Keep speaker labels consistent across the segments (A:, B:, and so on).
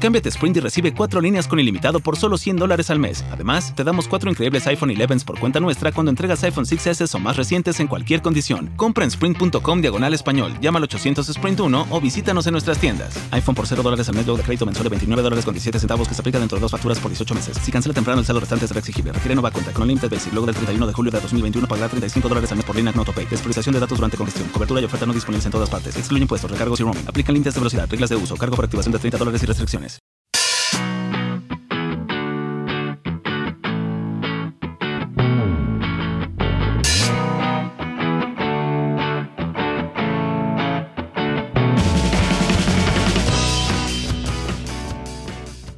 A: Cámbiate a Sprint y recibe cuatro líneas con ilimitado por solo 100 dólares al mes. Además, te damos cuatro increíbles iPhone 11s por cuenta nuestra cuando entregas iPhone 6s o más recientes en cualquier condición. Compra en sprint.com diagonal español, llama al 800 Sprint 1 o visítanos en nuestras tiendas. iPhone por 0 dólares al mes luego de crédito mensual de 29 dólares con 17 centavos que se aplica dentro de dos facturas por 18 meses. Si cancela temprano, el saldo restante será exigible. Requiere nueva cuenta con Unlimited Basic luego del 31 de julio de 2021 pagará 35 dólares al mes por línea no autopay. Despreciación de datos durante congestión. Cobertura y oferta no disponibles en todas partes. Excluye impuestos, recargos y roaming. Aplican límites de velocidad, reglas de uso, cargo por activación de 30 dólares y restricciones.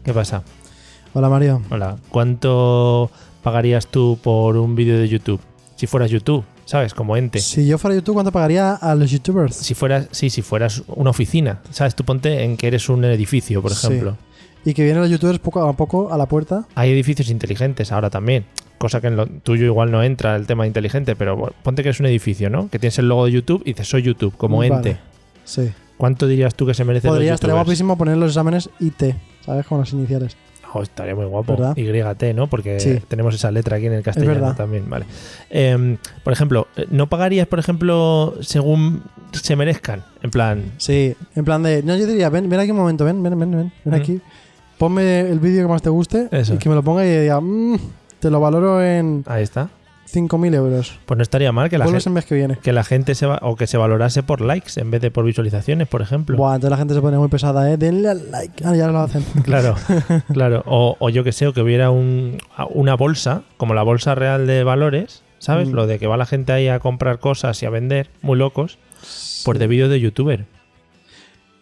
B: ¿Qué pasa?
C: Hola Mario.
B: Hola, ¿cuánto pagarías tú por un vídeo de YouTube? Si fueras YouTube, ¿sabes? Como ente.
C: Si yo fuera YouTube, ¿cuánto pagaría a los youtubers?
B: Si fueras, sí, si fueras una oficina, ¿sabes? Tú ponte en que eres un edificio, por
C: Sí.
B: ejemplo.
C: Y que vienen los youtubers poco a poco a la puerta.
B: Hay edificios inteligentes ahora también, cosa que en lo tuyo igual no entra el tema de inteligente, pero bueno, ponte que es un edificio, ¿no? Que tienes el logo de YouTube y dices soy YouTube como
C: Vale.
B: ente.
C: Sí.
B: ¿Cuánto dirías tú que se merece
C: Podría estar
B: los youtubers?
C: guapísimo poner los exámenes IT, ¿sabes? Con las iniciales.
B: Oh, estaría muy guapo.
C: ¿Verdad?
B: YT, ¿no? Porque
C: Sí.
B: tenemos esa letra aquí en el castellano
C: verdad.
B: también, vale. Em, por ejemplo, ¿no pagarías, por ejemplo, según se merezcan? En plan,
C: Sí. En plan de. No, yo diría, ven, ven aquí un momento, ven, ven, ven, ven, ven
B: Ujú.
C: aquí. Ponme el vídeo que más te guste
B: Eso.
C: y que me lo ponga y diga, "Mm, te lo valoro en
B: ahí está.
C: 5.000 euros.
B: Pues no estaría mal que la,
C: Vuelves
B: gen-
C: el mes que viene.
B: que la gente se va o que se valorase por likes en vez de por visualizaciones, por ejemplo.
C: Buah, entonces la gente se pone muy pesada, ¿eh? Denle al like. Ah, ya lo hacen.
B: Claro, claro. O, o yo que sé, o que hubiera un- una bolsa, como la bolsa real de valores, ¿sabes?
C: Mm.
B: Lo de que va la gente ahí a comprar cosas y a vender, muy locos, por de vídeos de youtuber.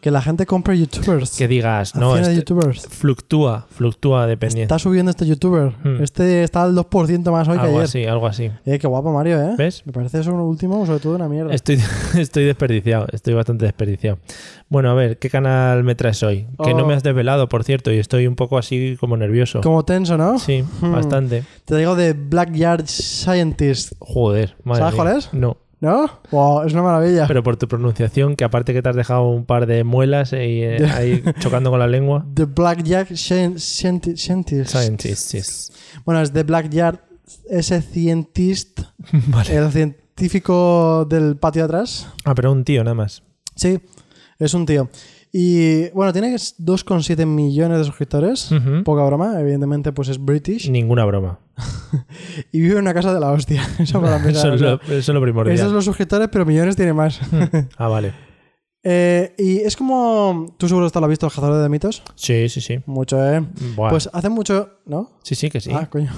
C: Que la gente compre youtubers.
B: Que digas,
C: no,
B: no,
C: de
B: este-
C: youtubers.
B: fluctúa, fluctúa dependiendo.
C: Está subiendo este youtuber.
B: Hmm.
C: Este está al 2% más hoy que
B: Algo
C: ayer.
B: así, algo así.
C: Eh, qué guapo, Mario, ¿eh?
B: ¿Ves?
C: Me parece eso un último, sobre todo una mierda.
B: Estoy, estoy desperdiciado, estoy bastante desperdiciado. Bueno, a ver, ¿qué canal me traes hoy? Que no
C: Oh.
B: me has desvelado, por cierto, y estoy un poco así como nervioso.
C: Como tenso, ¿no?
B: Sí,
C: Hmm.
B: bastante.
C: Te digo de Blackyard Scientist,
B: Joder, madre
C: ¿Sabes
B: mía.
C: cuál es? Ah.
B: No.
C: ¿no? Wow, es una maravilla.
B: Pero por tu pronunciación, que aparte que te has dejado un par de muelas ahí, eh, ahí chocando con la lengua.
C: The Blackyard Scien- Scienti- Scientist.
B: Scientists.
C: Bueno, es The Blackyard ese Scientist,
B: Vale.
C: el científico del patio de atrás.
B: Ah, pero un tío nada más.
C: Sí, es un tío. Y bueno, tiene 2,7 millones de suscriptores.
B: Ujú.
C: Poca broma, evidentemente, pues es British.
B: Ninguna broma.
C: Y vive en una casa de la hostia. Eso para
B: Eso
C: empezar, o
B: es
C: sea,
B: lo, eso es lo primordial.
C: Esos son los suscriptores, pero millones tiene más.
B: Ah, vale.
C: Eh, y es como. Tú seguro esto lo has visto, el cazador de mitos.
B: Sí, sí, sí.
C: Mucho, ¿eh?
B: Buah.
C: Pues hace mucho. ¿No?
B: sí, sí, que sí.
C: Ah, coño.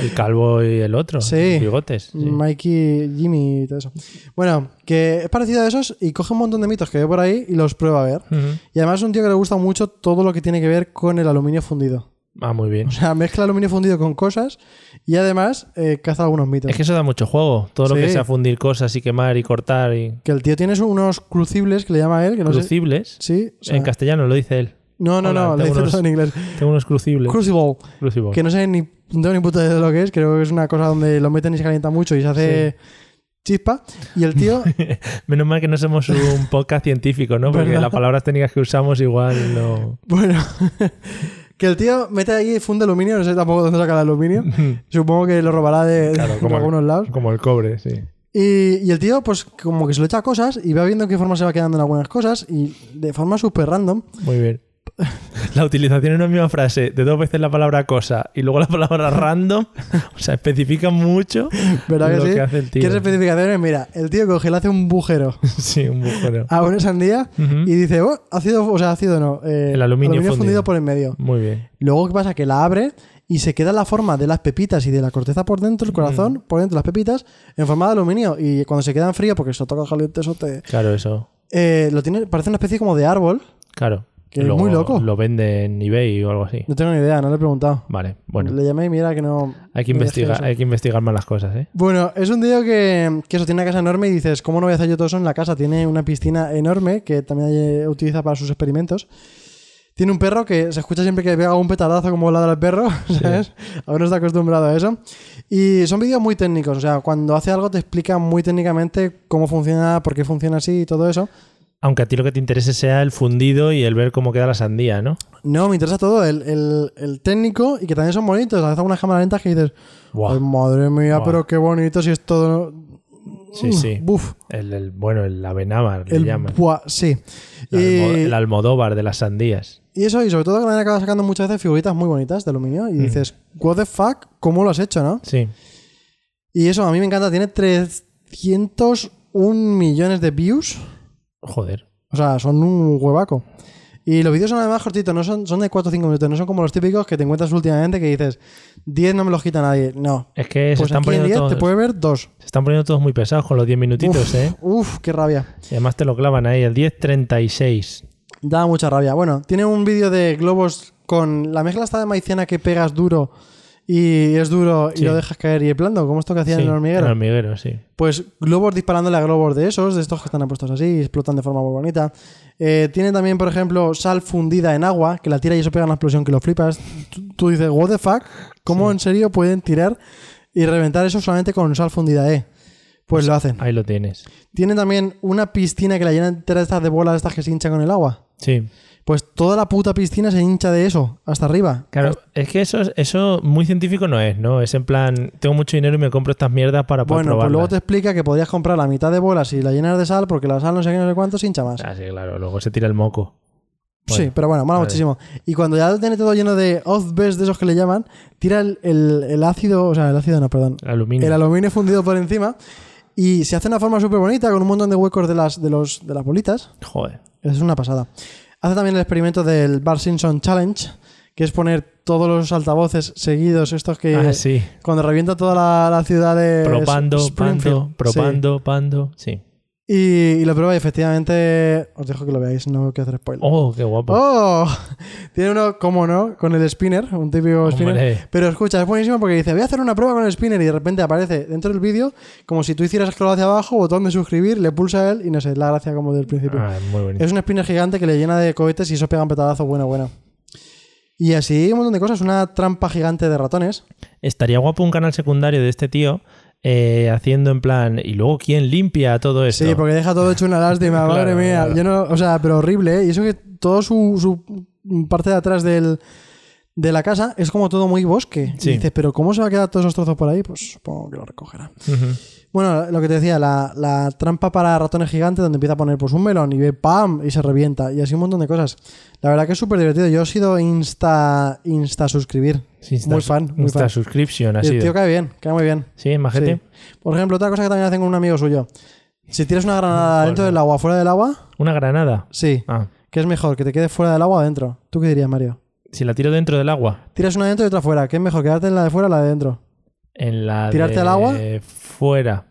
B: El calvo y el otro.
C: Sí.
B: los Bigotes. sí.
C: Mikey, Jimmy y todo eso. Bueno, que es parecido a esos y coge un montón de mitos que ve por ahí y los prueba a ver.
B: Ujú.
C: Y además es un tío que le gusta mucho todo lo que tiene que ver con el aluminio fundido.
B: Ah, muy bien.
C: O sea, mezcla aluminio fundido con cosas y además eh, caza algunos mitos.
B: Es que eso da mucho juego. Todo lo que
C: Sí.
B: sea fundir cosas y quemar y cortar y.
C: Que el tío tiene unos crucibles que le llama a él, que no sé.
B: Crucibles.
C: Sí, o sea-
B: En castellano lo dice él.
C: No, no,
B: Hola,
C: no, le
B: tengo
C: dice
B: unos-
C: todo en inglés.
B: Tengo unos crucibles.
C: Crucible,
B: Crucibles.
C: que no sé ni, no tengo ni puta idea de lo que es, creo que es una cosa donde lo meten y se calienta mucho y se hace chispa. Y el tío,
B: Menos mal que no somos un podcast científico, ¿no? Porque
C: ¿Verdad?
B: las palabras técnicas que usamos igual no.
C: bueno, que el tío mete ahí funda aluminio, no sé tampoco dónde saca el aluminio. Supongo que lo robará de,
B: Claro,
C: de
B: como-
C: algunos lados.
B: Como el cobre, sí.
C: Y, y el tío, pues como que se lo echa a cosas y va viendo qué forma se va quedando en algunas cosas y de forma súper random.
B: Muy bien. La utilización en una misma frase de dos veces la palabra cosa y luego la palabra random, o sea, especifica mucho
C: ¿Verdad que
B: lo
C: sí?
B: que hace el tío.
C: ¿Qué especificaciones? Mira, el tío coge, le hace un bujero
B: Sí, un bujero.
C: a una sandía
B: Ujú.
C: Ah, y dice, oh, ácido, o sea, ácido no. eh,
B: El aluminio
C: fundido.
B: fundido.
C: por el medio.
B: Muy bien.
C: Y luego, ¿qué pasa? Que la abre y se queda la forma de las pepitas y de la corteza por dentro, el corazón, por dentro las pepitas, en forma de aluminio. Y cuando se quedan frío, porque eso toca caliente, eso te.
B: Claro, eso.
C: eh, lo tiene, parece una especie como de árbol.
B: Claro.
C: Que es muy loco.
B: Lo vende en eBay o algo así.
C: No tengo ni idea, no le he preguntado.
B: Vale, bueno.
C: Le llamé y mira que no.
B: Hay que,
C: no
B: investigar,
C: dejé
B: hay
C: eso.
B: que investigar más las cosas, ¿eh?
C: Bueno, es un tío que, que eso tiene una casa enorme y dices, ¿cómo no voy a hacer yo todo eso en la casa? Tiene una piscina enorme que también eh, utiliza para sus experimentos. Tiene un perro que se escucha siempre que pega un petardazo como ladra el perro, ¿sabes? Aún no está acostumbrado a eso. Y son vídeos muy técnicos, o sea, cuando hace algo te explica muy técnicamente cómo funciona, por qué funciona así y todo eso.
B: Aunque a ti lo que te interese sea el fundido y el ver cómo queda la sandía, ¿no?
C: No, me interesa todo, el, el- el técnico y que también son bonitos. A veces algunas cámaras lentas que dices,
B: Buah.
C: "Ay, madre mía,
B: Buah.
C: pero qué bonito si es todo...
B: Sí, sí.
C: Buf,
B: El, el- bueno, el avenábar le
C: mm. el... eh,
B: llaman.
C: buah, sí.
B: El, almo-
C: Y-
B: el almodóvar de las sandías.
C: Y eso, y sobre todo que también acaba sacando muchas veces figuritas muy bonitas de aluminio
B: Mm.
C: y dices, what the fuck, ¿cómo lo has hecho, no?
B: Sí.
C: Y eso a mí me encanta, tiene 301 millones de views,
B: Joder.
C: o sea, son un huevaco. Y los vídeos son además cortitos, no son, son de 4 o 5 minutos, no son como los típicos que te encuentras últimamente que dices, 10 no me los quita nadie, no.
B: Es que se,
C: Pues
B: están
C: aquí en
B: poniendo
C: 10
B: todos,
C: te puede ver 2.
B: se están poniendo todos muy pesados con los 10 minutitos, ¿eh?
C: Uf, qué rabia.
B: Y además te lo clavan ahí, el 10.36.
C: Da mucha rabia. Bueno, tiene un vídeo de globos con la mezcla esta de maicena que pegas duro y es duro
B: Sí.
C: y lo dejas caer y es blando, como esto que hacían
B: Sí,
C: en el hormiguero.
B: en el hormiguero, sí.
C: Pues globos disparándole a globos de esos, de estos que están apuestos así y explotan de forma muy bonita. Eh, tiene también, por ejemplo, sal fundida en agua, que la tira y eso pega una explosión que lo flipas. Tú, tú dices, what the fuck, ¿cómo en serio pueden tirar y reventar eso solamente con sal fundida, eh? Pues lo hacen.
B: Ahí lo tienes.
C: Tiene también una piscina que la llena entera de estas de bolas estas que se hinchan con el agua.
B: Sí.
C: Pues toda la puta piscina se hincha de eso, hasta arriba.
B: Claro, es que eso, eso muy científico no es, ¿no? Es en plan, tengo mucho dinero y me compro estas mierdas para poder
C: Bueno, pues
B: probarlas.
C: luego te explica que podrías comprar la mitad de bolas y la llenas de sal, porque la sal no sé qué, no sé cuánto se hincha más.
B: Ah, sí, claro, luego se tira el moco.
C: sí,
B: Bueno,
C: pero bueno, mola
B: vale.
C: muchísimo. Y cuando ya lo tiene todo lleno de off-best de esos que le llaman, tira el, el- el ácido, o sea, el ácido no, perdón,
B: El aluminio.
C: el aluminio fundido por encima y se hace una forma súper bonita con un montón de huecos de las, de, los, de las bolitas.
B: Joder.
C: Es una pasada. Hace también el experimento del Bar Simpson Challenge, que es poner todos los altavoces seguidos, estos que
B: ah, sí.
C: cuando revienta toda la, la ciudad de
B: Propando,
C: eh, Springfield.
B: pando,
C: Sí.
B: propando, pando. Sí.
C: Y, y lo prueba y efectivamente, os dejo que lo veáis, no quiero hacer spoiler.
B: Oh, qué guapo.
C: ¡Oh! Tiene uno, como no, con el spinner, un típico spinner.
B: Hombre.
C: Pero escucha, es buenísimo porque dice, voy a hacer una prueba con el spinner y de repente aparece dentro del vídeo, como si tú hicieras scroll hacia abajo, botón de suscribir, le pulsa a él y no sé, la gracia como del principio.
B: Ah, muy bonito.
C: Es un spinner gigante que le llena de cohetes y eso pega un petadazo bueno, bueno. Y así un montón de cosas, una trampa gigante de ratones.
B: Estaría guapo un canal secundario de este tío eh, haciendo en plan, ¿y luego quién limpia todo esto?
C: Sí, porque deja todo hecho una lástima,
B: Claro,
C: madre mía.
B: claro.
C: Yo no, o sea, pero horrible, ¿eh? Y eso que todo su, su parte de atrás del, de la casa es como todo muy bosque.
B: Sí.
C: Y dices, pero ¿cómo se va a quedar todos esos trozos por ahí? Pues supongo que lo recogerán.
B: Ujú.
C: Bueno, lo que te decía, la, la trampa para ratones gigantes donde empieza a poner pues un melón y ve ¡pam! y se revienta. Y así un montón de cosas. La verdad que es súper divertido. Yo he sido insta, insta suscribir.
B: Sí, insta-
C: muy fan, muy
B: insta
C: fan.
B: subscription ha
C: Y el
B: sido.
C: tío cae bien, cae muy bien.
B: Sí, majete.
C: Sí. Por ejemplo, otra cosa que también hacen con un amigo suyo. Si tiras una granada dentro del agua, fuera del agua,
B: Una granada.
C: sí.
B: Ah,
C: ¿Qué es mejor? ¿Que te quedes fuera del agua o dentro? ¿Tú qué dirías, Mario?
B: si la tiro dentro del agua.
C: Tiras una dentro y otra fuera. ¿Qué es mejor? ¿Quedarte en la de fuera o la de dentro?
B: En la
C: ¿Tirarte
B: de-
C: al agua?
B: Fuera.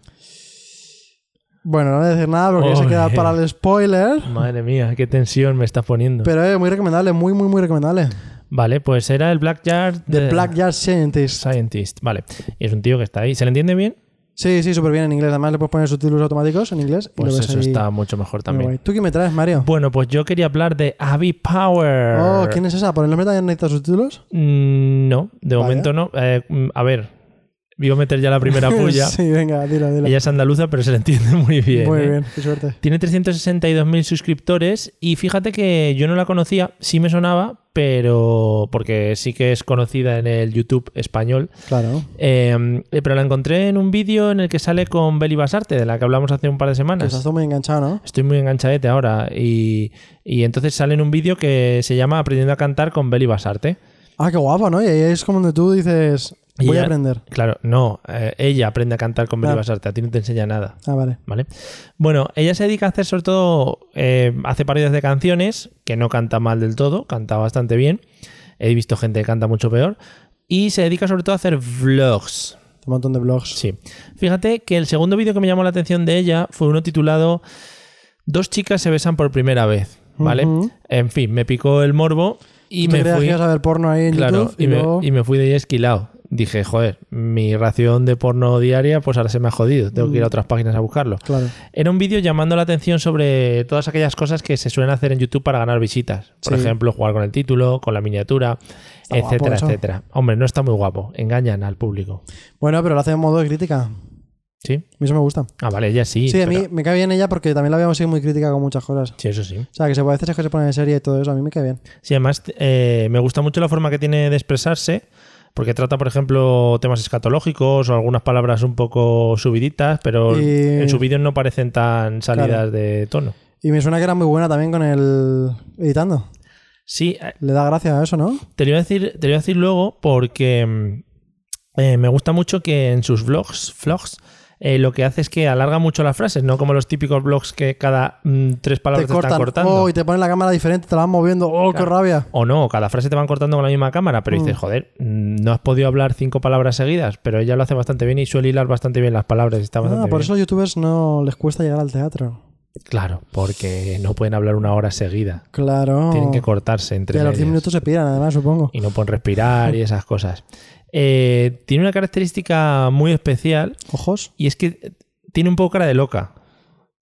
C: Bueno, no voy a decir nada porque ya se
B: Hombre.
C: queda para el spoiler.
B: Madre mía, qué tensión me estás poniendo.
C: Pero es muy recomendable, muy, muy, muy recomendable.
B: Vale, pues era el Black Yard
C: The
B: de-
C: Black Yard Scientist.
B: Scientist. Vale. Y es un tío que está ahí. ¿Se le entiende bien?
C: Sí, sí, súper bien en inglés. Además le puedes poner subtítulos automáticos en inglés y
B: Pues
C: lo ves
B: eso
C: ahí.
B: está mucho mejor
C: Muy guay.
B: también.
C: ¿Tú qué me traes, Mario?
B: Bueno, pues yo quería hablar de Abby Power.
C: Oh, ¿quién es esa? ¿Por el nombre también necesitas subtítulos?
B: Mm, No, de
C: Vaya.
B: momento no. Eh, mm, a ver, iba a meter ya la primera puya.
C: sí, venga, dilo, dilo.
B: Ella es andaluza, pero se le entiende muy bien.
C: muy
B: ¿eh?
C: bien, qué suerte.
B: Tiene 362.000 suscriptores y fíjate que yo no la conocía, sí me sonaba, pero porque sí que es conocida en el YouTube español.
C: Claro.
B: Eh, pero la encontré en un vídeo en el que sale con Beli Basarte, de la que hablamos Pues hace un par de
C: Que estás
B: semanas.
C: tú muy enganchado, ¿no?
B: Estoy muy enganchadete ahora. Y, y entonces sale en un vídeo que se llama Aprendiendo a cantar con Beli Basarte.
C: Ah, qué guapo, ¿no? Y ahí es como donde tú dices,
B: Y
C: voy a
B: ya-
C: aprender.
B: Claro, no, eh, ella aprende a cantar con Beli
C: Claro.
B: Basarte, a ti no te enseña nada.
C: Ah, vale.
B: ¿Vale? Bueno, ella se dedica a hacer sobre todo, eh, hace parodias de canciones, que no canta mal del todo, canta bastante bien. He visto gente que canta mucho peor. Y se dedica sobre todo a hacer vlogs.
C: Un montón de blogs.
B: Sí. Fíjate que el segundo vídeo que me llamó la atención de ella fue uno titulado Dos chicas se besan por primera vez. ¿Vale?
C: Ujú.
B: En fin, me picó el morbo y
C: ¿Tú
B: me
C: creías
B: fui.
C: que ibas a ver porno ahí en
B: Claro,
C: YouTube?
B: y,
C: Y,
B: me,
C: luego...
B: y me fui de ahí esquilado. Dije, joder, mi ración de porno diaria, pues ahora se me ha jodido. Tengo que ir a otras páginas a buscarlo.
C: Claro.
B: Era un vídeo llamando la atención sobre todas aquellas cosas que se suelen hacer en YouTube para ganar visitas. Por
C: Sí.
B: ejemplo, jugar con el título, con la miniatura,
C: Está guapo
B: etcétera,
C: eso.
B: etcétera. Hombre, no está muy guapo. Engañan al público.
C: Bueno, pero lo hace en modo de crítica.
B: Sí.
C: A mí eso me gusta.
B: Ah, vale, ella sí.
C: Sí, a mí
B: pero-
C: me cae bien ella porque también la habíamos sido muy crítica con muchas cosas.
B: Sí, eso sí.
C: O sea, que se puede hacer esas cosas que se ponen en serie y todo eso, a mí me cae bien.
B: Sí, además eh, me gusta mucho la forma que tiene de expresarse, porque trata, por ejemplo, temas escatológicos o algunas palabras un poco subiditas, pero
C: Y-
B: en sus vídeos no parecen tan salidas
C: Claro.
B: de tono.
C: Y me suena que era muy buena también con el editando.
B: Sí, eh,
C: Le da gracia a eso, ¿no?
B: te lo iba a decir, te lo iba a decir luego porque mm, eh, me gusta mucho que en sus vlogs, vlogs eh, lo que hace es que alarga mucho las frases, no como los típicos vlogs que cada mm, tres palabras te, están cortando.
C: Oh, y te ponen la cámara diferente, te la van moviendo. Oh, qué
B: Claro.
C: rabia.
B: O no, cada frase te van cortando con la misma cámara, pero dices,
C: Mm.
B: joder, mm, no has podido hablar cinco palabras seguidas, pero ella lo hace bastante bien y suele hilar bastante bien las palabras. y Está
C: Ah,
B: bastante
C: por
B: bien.
C: eso a los youtubers no les cuesta llegar al teatro.
B: Claro, porque no pueden hablar una hora seguida.
C: Claro.
B: Tienen que cortarse
C: Y
B: entre
C: a los 10
B: medias.
C: minutos se piran, además, supongo.
B: y no pueden respirar y esas cosas. Eh, tiene una característica muy especial
C: Ojos.
B: y es que tiene un poco cara de loca.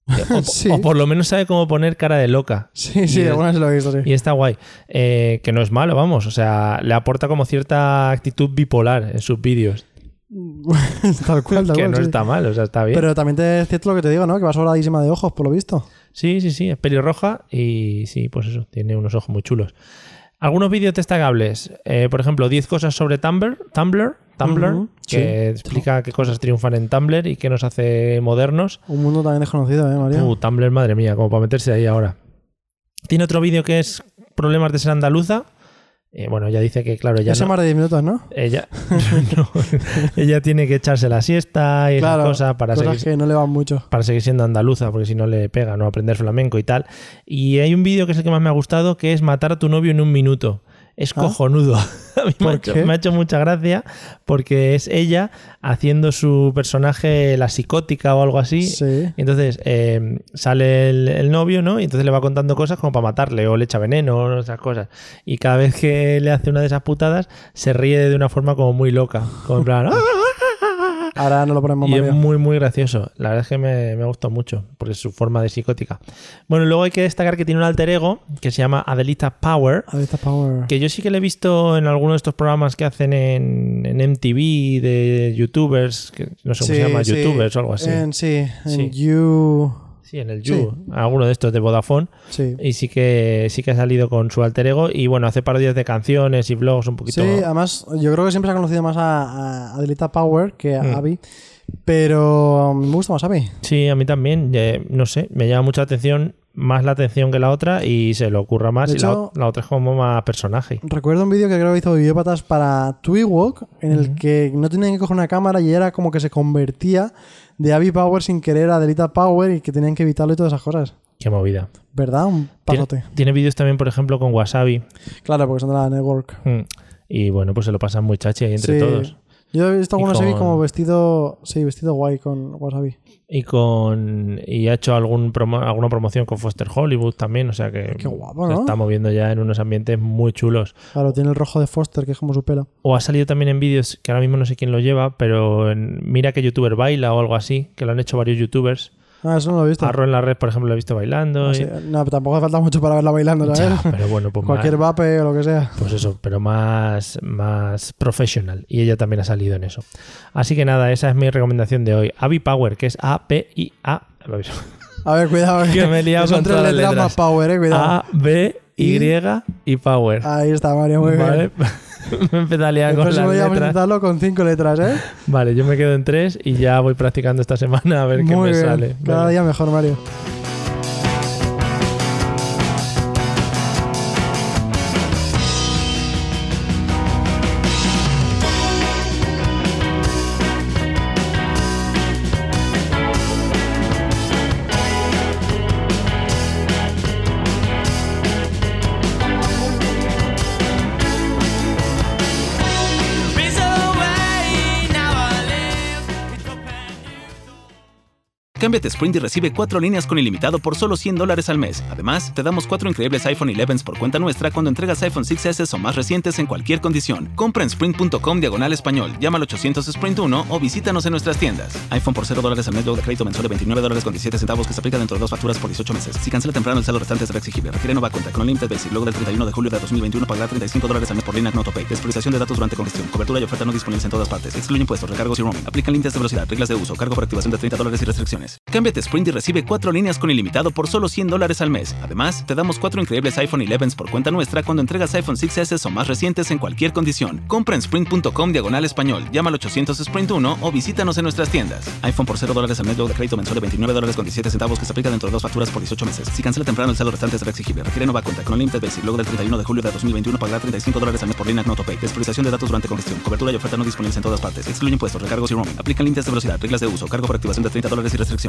B: O,
C: Sí.
B: o por lo menos sabe cómo poner cara de loca.
C: Sí, sí,
B: Y-
C: algunas lo he visto, sí.
B: Y está guay. Eh, que no es malo, vamos. O sea, le aporta como cierta actitud bipolar en sus vídeos.
C: tal cual, tal
B: que
C: cual.
B: no
C: sí.
B: está mal, o sea, está bien.
C: Pero también te- es cierto lo que te digo, ¿no? Que va sobradísima de ojos, por lo visto.
B: Sí, sí, sí, es pelirroja y sí, pues eso, tiene unos ojos muy chulos. Algunos vídeos destacables, eh, por ejemplo, 10 cosas sobre Tumblr, Tumblr, Tumblr
C: Ujú,
B: que
C: sí.
B: explica qué cosas triunfan en Tumblr y qué nos hace modernos.
C: Un mundo también desconocido, ¿eh, María?
B: Uh, Tumblr, madre mía, como para meterse ahí ahora. Tiene otro vídeo que es problemas de ser andaluza. Eh, bueno, ya dice que, claro, ya
C: Ese
B: no-
C: más de 10 minutos, ¿no?
B: ella, no, ella tiene que echarse la siesta y esas
C: Claro,
B: cosas para
C: Cosas
B: seguir
C: que no le van mucho.
B: para seguir siendo andaluza, porque si no le pega, ¿no? Aprender flamenco y tal. Y hay un vídeo que es el que más me ha gustado, que es matar a tu novio en un minuto. Es
C: ¿Ah?
B: cojonudo. A mí me,
C: ¿Por
B: ha hecho,
C: qué?
B: me ha hecho mucha gracia porque es ella haciendo su personaje la psicótica o algo así.
C: Sí.
B: Y entonces eh, sale el, el novio, ¿no? Y entonces le va contando cosas como para matarle o le echa veneno o esas cosas. Y cada vez que le hace una de esas putadas, se ríe de una forma como muy loca. Como en plan, "¡Ah!".
C: Ahora no lo ponemos
B: Y es
C: mal.
B: muy, muy gracioso. La verdad es que me, me ha gustado mucho, porque es su forma de psicótica. Bueno, luego hay que destacar que tiene un alter ego que se llama Adelita Power,
C: Adicta Power.
B: que yo sí que le he visto en alguno de estos programas que hacen en, en MTV de youtubers, que no sé cómo se llama, youtubers o algo así.
C: En, sí, en
B: Sí.
C: You.
B: Sí, en el
C: sí.
B: You, alguno de estos de Vodafone.
C: Sí.
B: Y sí que sí que ha salido con su alter ego. Y bueno, hace parodias de canciones y vlogs un
C: Sí,
B: poquito.
C: además, yo creo que siempre se ha conocido más a, a Adelita Power que a
B: Mm.
C: Abby. Pero mm, me gusta más Abby.
B: Sí, a mí también. eh, no sé, me llama mucha atención, más la atención que la otra y se le ocurra más.
C: De
B: y la
C: hecho-
B: ot- la, otra es como más personaje.
C: Recuerdo un vídeo que creo que hizo Videópatas para Twiwok, en el que no tenían que coger una cámara y era como que se convertía de Abby Power sin querer a Adelita Power y que tenían que evitarlo y todas esas cosas.
B: Qué movida.
C: ¿Verdad? Un
B: Tiene,
C: pasote.
B: tiene vídeos también, por ejemplo, con Wasabi.
C: Claro, porque son de la network.
B: Mm, Y bueno, pues se lo pasan muy chachi ahí entre
C: Sí.
B: todos.
C: Yo he visto
B: Y
C: algunos
B: con-
C: Abby como vestido. Sí, vestido guay con Wasabi.
B: Y con y ha hecho algún promo- alguna promoción con Foster Hollywood también. O sea que
C: Qué guapo,
B: se
C: ¿no?
B: está moviendo ya en unos ambientes muy chulos.
C: Claro, tiene el rojo de Foster, que es como su pelo.
B: O ha salido también en vídeos que ahora mismo no sé quién lo lleva, pero en mira que youtuber baila o algo así, que lo han hecho varios youtubers.
C: Ah, eso no lo he visto.
B: Arro en la red, por ejemplo, lo he visto bailando.
C: No,
B: y-
C: sé, no, pero tampoco hace falta mucho para verla bailando,
B: Ya,
C: ¿sabes?
B: pero bueno, pues,
C: Cualquier
B: más,
C: vape o lo que sea.
B: pues eso, pero más, más professional. Y ella también ha salido en eso. Así que nada, esa es mi recomendación de hoy. Avi Power, que es A-P-I-A.
C: A ver, cuidado. eh.
B: Que me he liado
C: son
B: con
C: tres
B: todas las
C: letras
B: letras.
C: más power, eh,
B: Ah.
C: cuidado.
B: A-B-Y y Power.
C: Ahí está, Mario, muy bien.
B: ¿Vale? me he empezado a liar
C: El
B: con
C: próximo
B: las
C: día vamos a
B: letras.
C: intentarlo con cinco letras, ¿eh?
B: Vale, yo me quedo en tres y ya voy practicando esta semana a ver qué
C: Muy
B: me
C: bien.
B: sale.
C: Cada
B: Venga.
C: día mejor, Mario.
D: Rizzo away, now I live with your pen.
A: Cámbiate a Sprint y recibe cuatro líneas con ilimitado por solo 100 dólares al mes. Además, te damos cuatro increíbles iPhone 11s por cuenta nuestra cuando entregas iPhone 6s o más recientes en cualquier condición. Compra en sprint.com diagonal español, llama al 800 Sprint 1 o visítanos en nuestras tiendas. iPhone por 0 dólares al mes luego de crédito mensual de 29 dólares con 17 centavos que se aplica dentro de dos facturas por 18 meses. Si cancela temprano, el saldo restante será exigible. Requiere nueva cuenta con Unlimited Basic. Luego del 31 de julio de 2021 pagará 35 dólares al mes por línea con autopay. Despreciación de datos durante congestión. Cobertura y oferta no disponibles en todas partes. Excluye impuestos, recargos y roaming. Aplican límites de velocidad, reglas de uso, cargo por activación de 30 dólares y restricciones. Cámbiate a Sprint y recibe cuatro líneas con ilimitado por solo 100 dólares al mes. Además, te damos cuatro increíbles iPhone 11s por cuenta nuestra cuando entregas iPhone 6s o más recientes en cualquier condición. Compra en sprint.com diagonal español, llama al 800 Sprint 1 o visítanos en nuestras tiendas. iPhone por 0 dólares al mes luego de crédito mensual de 29 dólares con 17 centavos que se aplica dentro de dos facturas por 18 meses. Si cancela temprano, el saldo restante será exigible. Requiere nueva cuenta con Unlimited Basic. Luego del 31 de julio de 2021 pagará 35 dólares al mes por línea con autopay. Despreciación de datos durante congestión. Cobertura y oferta no disponibles en todas partes. Excluye impuestos, recargos y roaming. Aplican límites de velocidad, reglas de uso, cargo por activación de 30 dólares y restricciones.